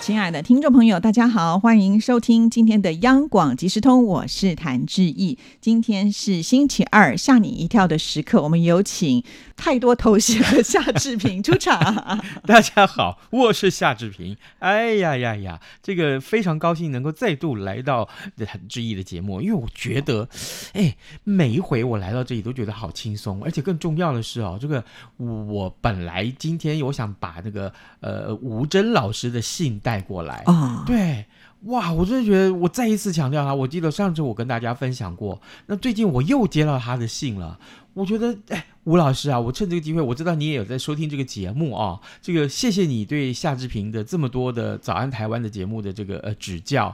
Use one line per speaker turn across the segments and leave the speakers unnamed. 亲爱的听众朋友，大家好，欢迎收听今天的央广即时通，我是谭志毅。今天是星期二，吓你一跳的时刻，我们有请太多头衔的夏志平出 场。
大家好，我是夏志平。哎呀呀呀，这个非常高兴能够再度来到呃志毅的节目，因为我觉得，哎，每一回我来到这里都觉得好轻松，而且更重要的是哦，这个我本来今天我想把那个呃吴真老师的信带过来，
哦，
对。哇，我真的觉得，我再一次强调他。我记得上次我跟大家分享过，那最近我又接到他的信了。我觉得，哎，吴老师啊，我趁这个机会，我知道你也有在收听这个节目啊、这个谢谢你对夏志平的这么多的《早安台湾》的节目的这个呃指教。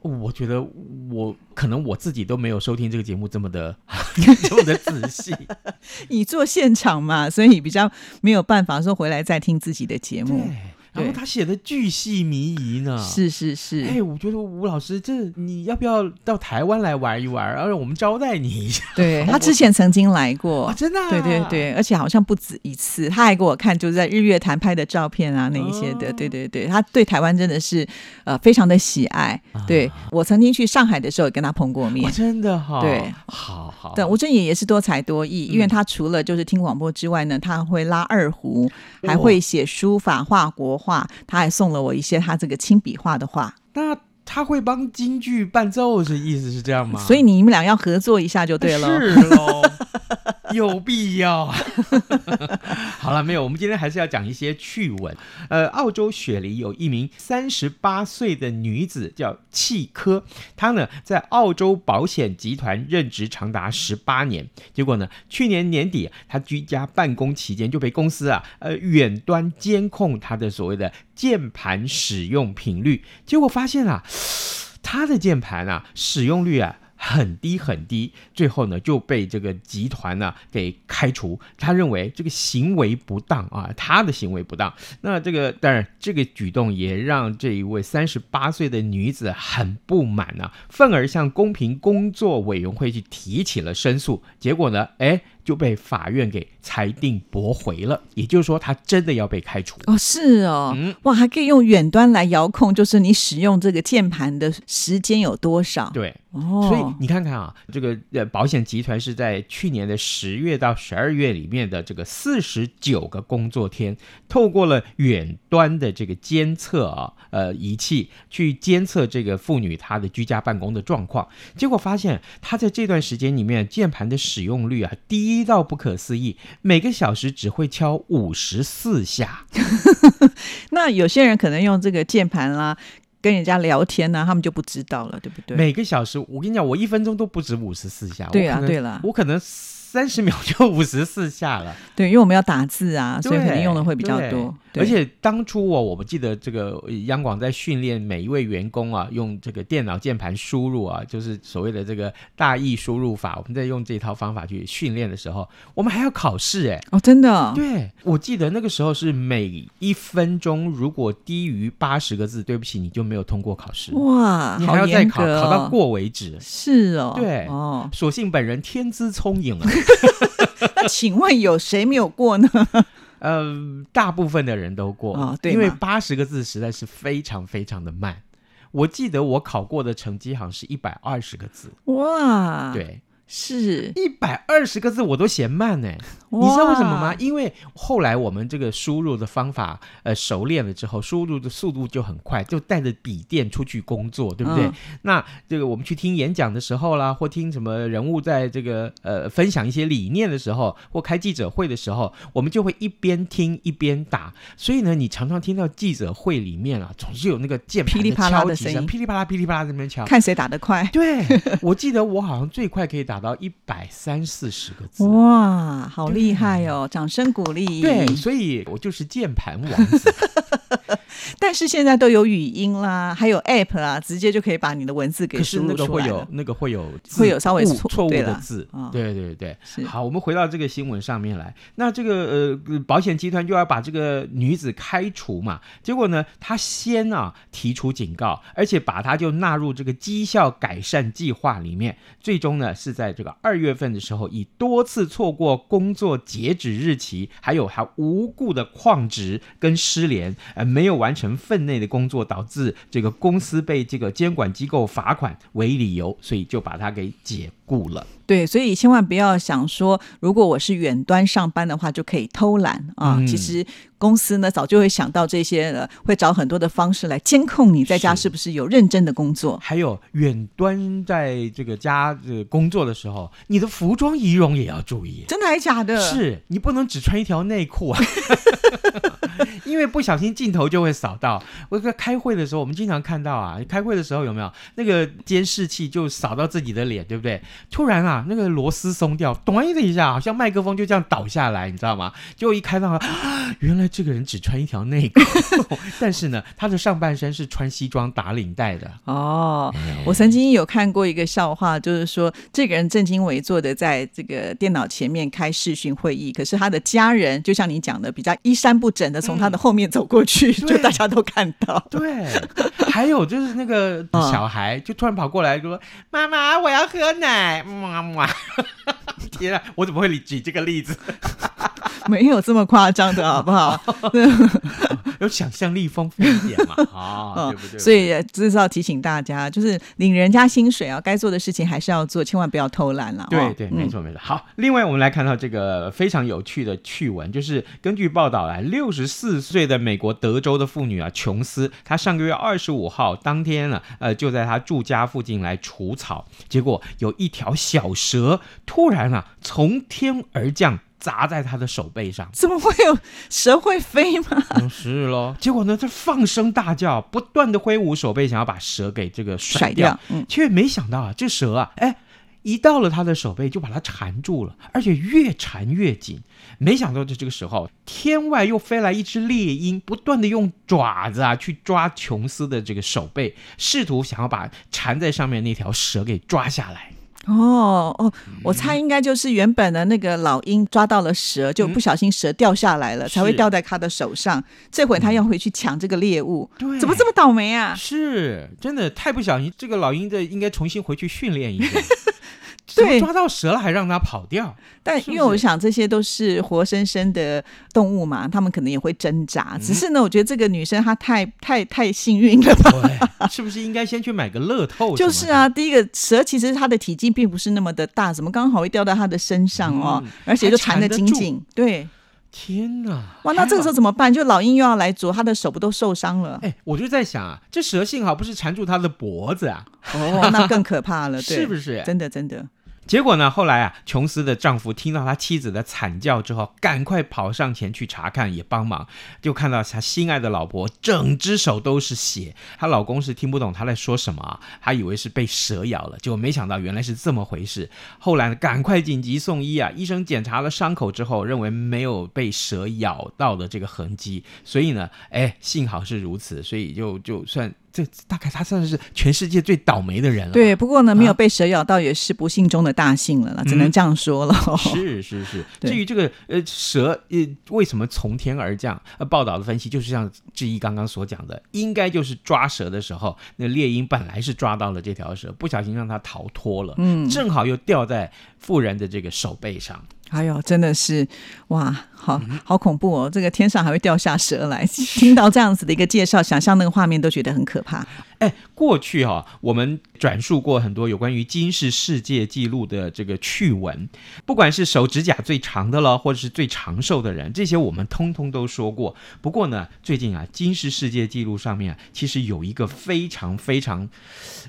哦我觉得我可能我自己都没有收听这个节目这么的 这么的仔细。
你做现场嘛，所以比较没有办法说回来再听自己的节
对
目。，
然后他写的巨细靡遗呢。
嗯是是是，
哎，我觉得吴老师，这你要不要到台湾来玩一玩，然后我们招待你一下？
对他之前曾经来过
啊，。真的、啊？
哦对对。对，而且好像不止一次，他还给我看就是在日月潭拍的照片啊，那一些的，
哦
对对对，他对台湾真的是呃非常的喜爱。对我曾经去上海的时候也跟他碰过
我
面。
啊真的哈、
对，
好好，
对，吴镇宇也是多才多艺，因为
哦嗯
他除了就是听广播之外呢，他会拉二胡，还
哦
会写书法、画国画，他还送了我一些他这个亲笔画的画，
那他会帮京剧伴奏，是意思是这样吗？
所以你们俩要合作一下就对了。
啊是喽，有必要。啊 好了，没有，我们今天还是要讲一些趣闻。呃，澳洲雪梨有一名三十八岁的女子叫契科，她呢在澳洲保险集团任职长达十八年，结果呢去年年底啊她居家办公期间就被公司啊呃远端监控她的所谓的键盘使用频率，结果发现啊它的键盘啊使用率啊很低很低，最后呢就被这个集团呢、给开除。他认为这个行为不当啊，他的行为不当。那这个当然，这个举动也让这一位三十八岁的女子很不满啊，愤而向公平工作委员会去提起了申诉。结果呢，哎就被法院给裁定驳回了。也就是说，她真的要被开除。
哦，是哦，
嗯
哇，还可以用远端来遥控，就是你使用这个键盘的时间有多少？
对，
哦，
所以你看看啊，这个呃保险集团是在去年的十月到十二月里面的这个四十九个工作天，透过了远端的这个监测啊，呃仪器去监测这个妇女她的居家办公的状况，结果发现她在这段时间里面键盘的使用率啊低到不可思议，每个小时只会敲五十四下。
那有些人可能用这个键盘啦，跟人家聊天呢、他们就不知道了，对不对？
每个小时，我跟你讲，我一分钟都不止五十四下。我
对啊
可能
对啦
我可能三十秒就五十四下了。
对，因为我们要打字啊，所以可能
对
用的会比较
对
多。对
而且当初哦，我们记得这个呃央广在训练每一位员工啊，用这个电脑键盘输入啊，就是所谓的这个大意输入法，我们在用这套方法去训练的时候，我们还要考试哎。
哦，真的哦、
对，我记得那个时候是每一分钟如果低于八十个字，对不起，你就没有通过考试，
哇，
你还
好
要再
严
考，
格、哦，
考到过为止。
是哦，
对，
哦
所幸本人天资聪颖啊，
那请问有谁没有过呢？
呃，大部分的人都过，
哦对
因为
嘛
八十个字实在是非常非常的慢。我记得我考过的成绩好像是一百二十个字，
哇，，
对，
是，
一百二十个字我都嫌慢呢、你知道为什么吗？
哇？
因为后来我们这个输入的方法，呃，熟练了之后，输入的速度就很快，就带着笔电出去工作，对不对？
嗯
那这个我们去听演讲的时候啦，或听什么人物在这个呃分享一些理念的时候，或开记者会的时候，我们就会一边听一边打。所以呢，你常常听到记者会里面啊，总是有那个键盘
噼里啪啦
敲
的
击
声音
噼里啪啦噼里啪啦在那边敲。
看谁打得快。
对，我记得我好像最快可以打到一百三四十个字。
哇，好厉害哦！掌声鼓励。
对，所以我就是键盘王子。
但是现在都有语音啦，还有 App 啦，直接就可以把你的文 字给
可是
输
那
入
个
出
会
来
有
了。
那个会有字
会有稍微
误
错
错误
对
的
啦
字
啊，
对对对
是。
好，我们回到这个新闻上面来。那这个呃，保险集团就要把这个女子开除嘛，结果呢，他先啊提出警告，而且把她就纳入这个绩效改善计划里面。最终呢，是在这个二月份的时候，以多次错过工作截止日期，还有还无故的旷职跟失联，呃，没有完成分内的工作，导致这个公司被这个监管机构罚款为理由，所以就把他给解雇了。
对，所以千万不要想说，如果我是远端上班的话，就可以偷懒啊。
嗯
其实公司呢早就会想到这些了，会找很多的方式来监控你在家
是
是不是有认真的工作。
还有远端在这个家呃工作的时候，你的服装仪容也要注意。
真的还假的？
是你不能只穿一条内裤啊，因为不小心镜头就会扫到。我在开会的时候，我们经常看到啊，开会的时候有没有那个监视器就扫到自己的脸，对不对？突然啊，那个螺丝松掉，咚的一下，好像麦克风就这样倒下来，你知道吗？结果一开放啊， 原来这个人只穿一条内裤， 但是呢，他的上半身是穿西装打领带的。
哦，
哎
我曾经有看过一个笑话，就是说这个人正襟危坐的在这个电脑前面开视讯会议，可是他的家人就像你讲的，比较衣衫不整的从他的后面走过去，就
嗯对
大家都看 到。
对，还有就是那个
嗯
小孩就突然跑过来就说：“妈妈，我要喝奶。”嗯妈妈，啊 天啊，我怎么会举举这个例子？
没有这么夸张的好不好？
有想象力丰富一点嘛？ 啊、
嗯
对不对？
所以呃这是要提醒大家，就是领人家薪水啊，该做的事情还是要做，千万不要偷懒了、哦。
对对，
嗯，
没错没错。好，另外我们来看到这个非常有趣的趣闻，就是根据报道来，六十四岁的美国德州的妇女啊，琼斯，她上个月二十五号当天呢、呃，就在她住家附近来除草，结果有一条小蛇突然啊从天而降。砸在她的手背上
怎么会有蛇会飞吗？
嗯、是喽。结果呢，她放声大叫，不断的挥舞手背，想要把蛇给这个
甩
甩掉。
掉，嗯，
却没想到啊，这蛇啊，哎，一到了他的手背就把它缠住了，而且越缠越紧。没想到在这个时候，天外又飞来一只猎鹰，不断的用爪子啊去抓琼斯的这个手背，试图想要把缠在上面那条蛇给抓下来。
哦哦，我
嗯
猜应该就是原本的那个老鹰抓到了蛇，就不小心蛇掉下来了，才会
是
掉在他的手上。这会他要回去抢这个猎物，
嗯对
怎么这么倒霉啊？
是真的太不小心，这个老鹰的应该重新回去训练一下。怎 么
对
抓到蛇了还让它跑掉？
但
是不
因为我
是
想这些都是活生生的动物嘛，他们可能也会挣扎。只是呢，我觉得这个女生她太太太幸运了吧。
对，哎是不是应该先去买个乐透？
就是啊，，第一个蛇其实它的体积并不是那么的大，怎么刚好会掉到她的身上哦？
嗯
而且就缠得
还缠得
紧
住
紧。对，
天哪！
哇，那这个时
候。
候怎么办？就老鹰又要来啄，她的手不都受伤 了？
哎，我就在想啊，这蛇幸好不是缠住他的脖子啊，
哦，那更可怕了，对
是不嗯是？
真的真的，
结果呢，后来啊，琼斯的丈夫听到他妻子的惨叫之后，赶快跑上前去查看，也帮忙，就看到他心爱的老婆整只手都是血，她老公是听不懂她在说什么啊，她以为是被蛇咬了，结果没想到原来是这么回事。后来呢，赶快紧急送医啊，医生检查了伤口之后，认为没有被蛇咬到的这个痕迹，所以呢，哎，幸好是如此，所以就就算这大概他算是全世界最倒霉的人了吧。
对。不过呢，
啊
没有被蛇咬到也是不幸中的大幸了啦，只能这样说了。
嗯是是是，
对
至于这个呃蛇呃为什么从天而降，呃报道的分析就是像志毅刚刚所讲的，应该就是抓蛇的时候，那猎鹰本来是抓到了这条蛇，不小心让它逃脱了，
嗯，
正好又掉在妇人的这个手背上。
哎呦，真的是哇，好
嗯
好恐怖哦！这个天上还会掉下蛇来， 听到这样子的一个介绍，想象那个画面都觉得很可怕。
哎，过去哈、我们转述过很多有关于金氏世界纪录的这个趣闻，不管是手指甲最长的了，或者是最长寿的人，这些我们通通都说过。不过呢，最近啊，金氏世界纪录上面啊，其实有一个非常非常，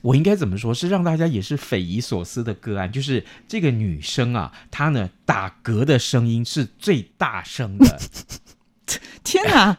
我应该怎么说，是让大家也是匪夷所思的个案，就是这个女生啊，她呢打嗝的声音是最大声的。
天哪！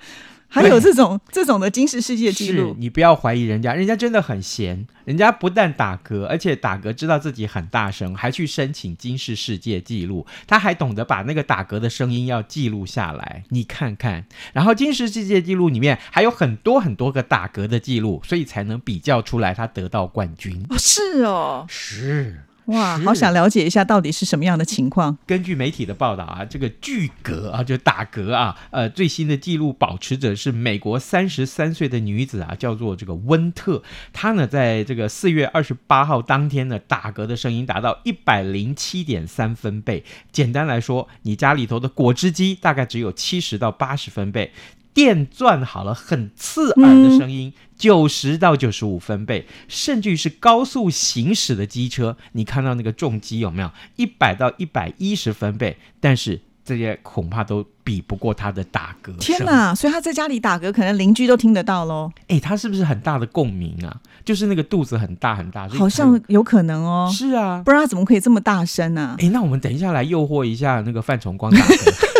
还有这种这种的金氏世界纪
是
录，
你不要怀疑人家，人家真的很闲，人家不但打嗝，而且打嗝知道自己很大声，还去申请金氏世界纪录，他还懂得把那个打嗝的声音要记录下来，你看看。然后金氏世界纪录里面还有很多很多个打嗝的记录，所以才能比较出来他得到冠军。
哦，是哦，
是。
哇，
是
好想了解一下到底是什么样的情况。
根据媒体的报道啊，这个巨嗝啊，就打嗝啊，呃，最新的记录保持者是美国三十三岁的女子啊，叫做这个温特。她呢，在这个四月二十八号当天呢，打嗝的声音达到一百零七点三分贝。简单来说，你家里头的果汁机大概只有七十到八十分贝。电钻好了，很刺耳的声音，九十、到九十五分贝，甚至于是高速行驶的机车，你看到那个重机有没有一百到一百一十分贝？但是这些恐怕都比不过他的打嗝声。
天哪！所以他在家里打嗝，可能邻居都听得到喽，
哎，他是不是很大的共鸣啊？就是那个肚子很大很大，所以
好像
才
有可能哦
有。啊是啊。
不然他怎么可以这么大声啊呢、
哎，那我们等一下来诱惑一下那个范崇光大哥。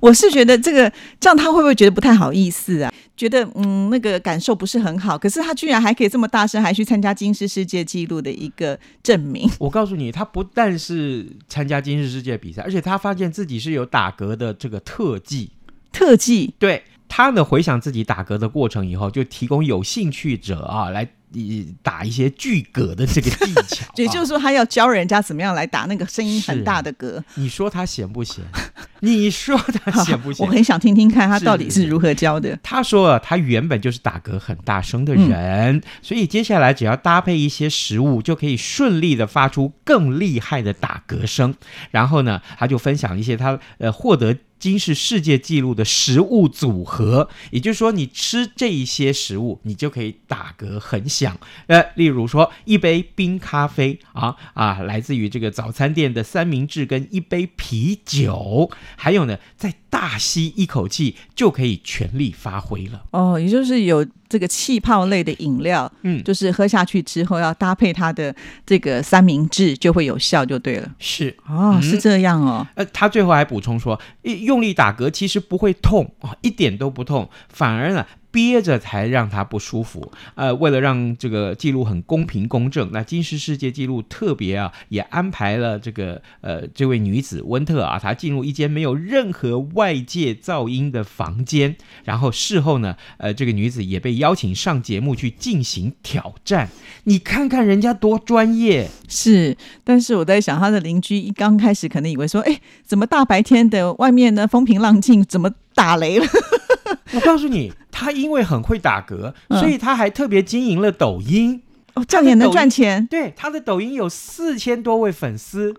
我是觉得这个这样他会不会觉得不太好意思啊？觉得嗯那个感受不是很好，可是他居然还可以这么大声，还去参加金氏世界纪录的一个证明。
我告诉你，他不但是参加今日世界比赛，而且他发现自己是有打嗝的这个特技。
特技
对他呢，回想自己打嗝的过程以后，就提供有兴趣者啊来以打一些巨嗝的这个技
。
巧、啊
也就是说，他要教人家怎么样来打那个声音很大的嗝。
你说他闲不闲？ 你说他闲不
我
闲？
很想听听看他
是
到底是如何教的。
他说啊，他原本就是打嗝很大声的人，所以接下来只要搭配一些食物，就可以顺利的发出更厉害的打嗝声。然后呢，他就分享一些他呃获得金氏世界纪录的食物组合，也就是说，你吃这一些食物，你就可以打嗝很响。呃，例如说一杯冰咖啡啊啊，来自于这个早餐店的三明治跟一杯啤酒，还有呢，再大吸一口气就可以全力发挥了。
哦，也就是有这个气泡类的饮料，
嗯，
就是喝下去之后要搭配它的这个三明治就会有效，就对了。
是。
哦，是这样哦。
呃，他最后还补充说，一用力打嗝其实不会痛啊、一点都不痛，反而呢憋着才让他不舒服。呃，为了让这个记录很公平公正，那金氏世界纪录特别啊也安排了这个呃这位女子温特啊，她进入一间没有任何外界噪音的房间，然后事后呢，呃，这个女子也被邀请上节目去进行挑战。你看看人家多专业。
是，但是我在想，他的邻居一刚开始可能以为说，哎，怎么大白天的外面呢风平浪静，怎么打雷了？
我告诉你，他因为很会打嗝，
嗯
所以他还特别经营了抖音。
哦，这样也能赚钱，
对，他的抖音有四千多位粉丝，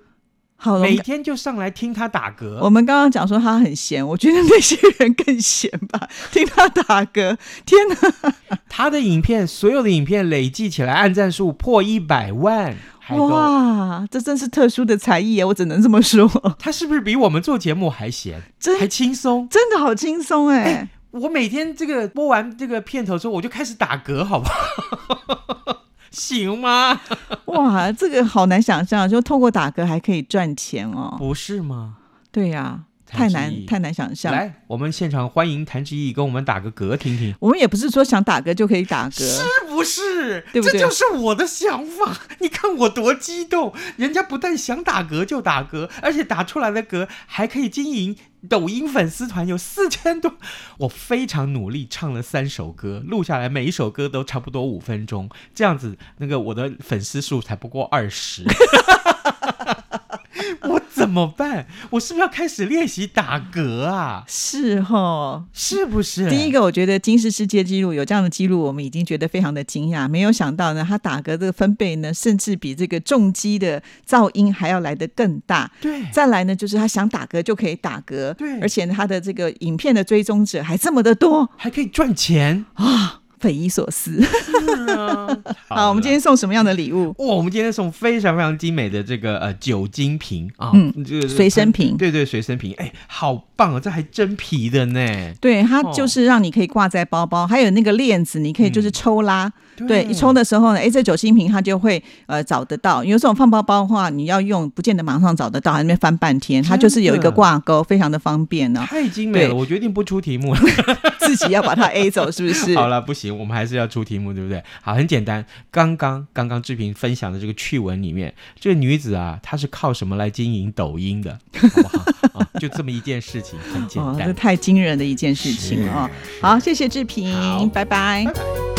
好了。我
每
们刚
天就上来听他打嗝
我。们刚刚讲说他很闲，我觉得那些人更闲吧。听他打嗝，天哪！
他的影片，所有的影片累计起来，按赞数破一百万，还多。
哇，这真是特殊的才艺耶，啊我只能这么说，
他是不是比我们做节目还闲，
真
还轻松？
真的好轻松哎、
哎我每天这个播完这个片头之后，我就开始打嗝，好不好？ 行吗？
哇，这个好难想象，就透过打嗝还可以赚钱哦。
不是吗？
对呀、太
谭志
难
毅
太难想象。
来，我们现场欢迎谭志毅跟我们打个嗝听听。
我们也不是说想打嗝就可以打嗝，
是 不是？
对不对
这就是我的想法。 你看我多激动，人家不但想打嗝就打嗝，而且打出来的嗝还可以经营抖音粉丝团，有四千多。我非常努力唱了三首歌，录下来每一首歌都差不多五分钟，这样子那个我的粉丝数才不过二十。 我怎么办？我是不是要开始练习打嗝啊？
是哈。
是不是？
第一个，我觉得金氏世界纪录有这样的记录，我们已经觉得非常的惊讶。没有想到呢，他打嗝这个分贝呢，甚至比这个重击的噪音还要来得更大。
对，
再来呢，就是他想打嗝就可以打嗝，
哎对
而且呢他的这个影片的追踪者还这么的多，
还可以赚钱。
匪夷所思。
是啊，
好，我们今天送什么样的礼物？
哇，我们今天送非常非常精美的这个呃酒精瓶啊，
嗯
这个
随身瓶
对对，随身瓶，哎，好棒哦，这还真皮的呢，
对，它
哦嗯
就是让你可以挂在包包，还有那个链子，你可以就是抽拉。对，一抽的时候呢，哎，这酒精瓶它就会呃找得到。有时候放包包的话，你要用，不见得马上找得到，还在那边翻半天。它就是有一
真
个
的
挂钩，非常的方便呢、
太精美了，
对
我决定不出题目了。
自己要把 它 A 走，是不是？
好了，不行，我们还是要出题目，对不对？好，很简单，刚刚刚刚志平分享的这个趣闻里面，这个女子啊，她是靠什么来经营抖音的？好不好？啊，就这么一件事情，很简
哦，
单
这。太惊人的一件事情了哦。好，谢谢志平，
好
拜拜
拜拜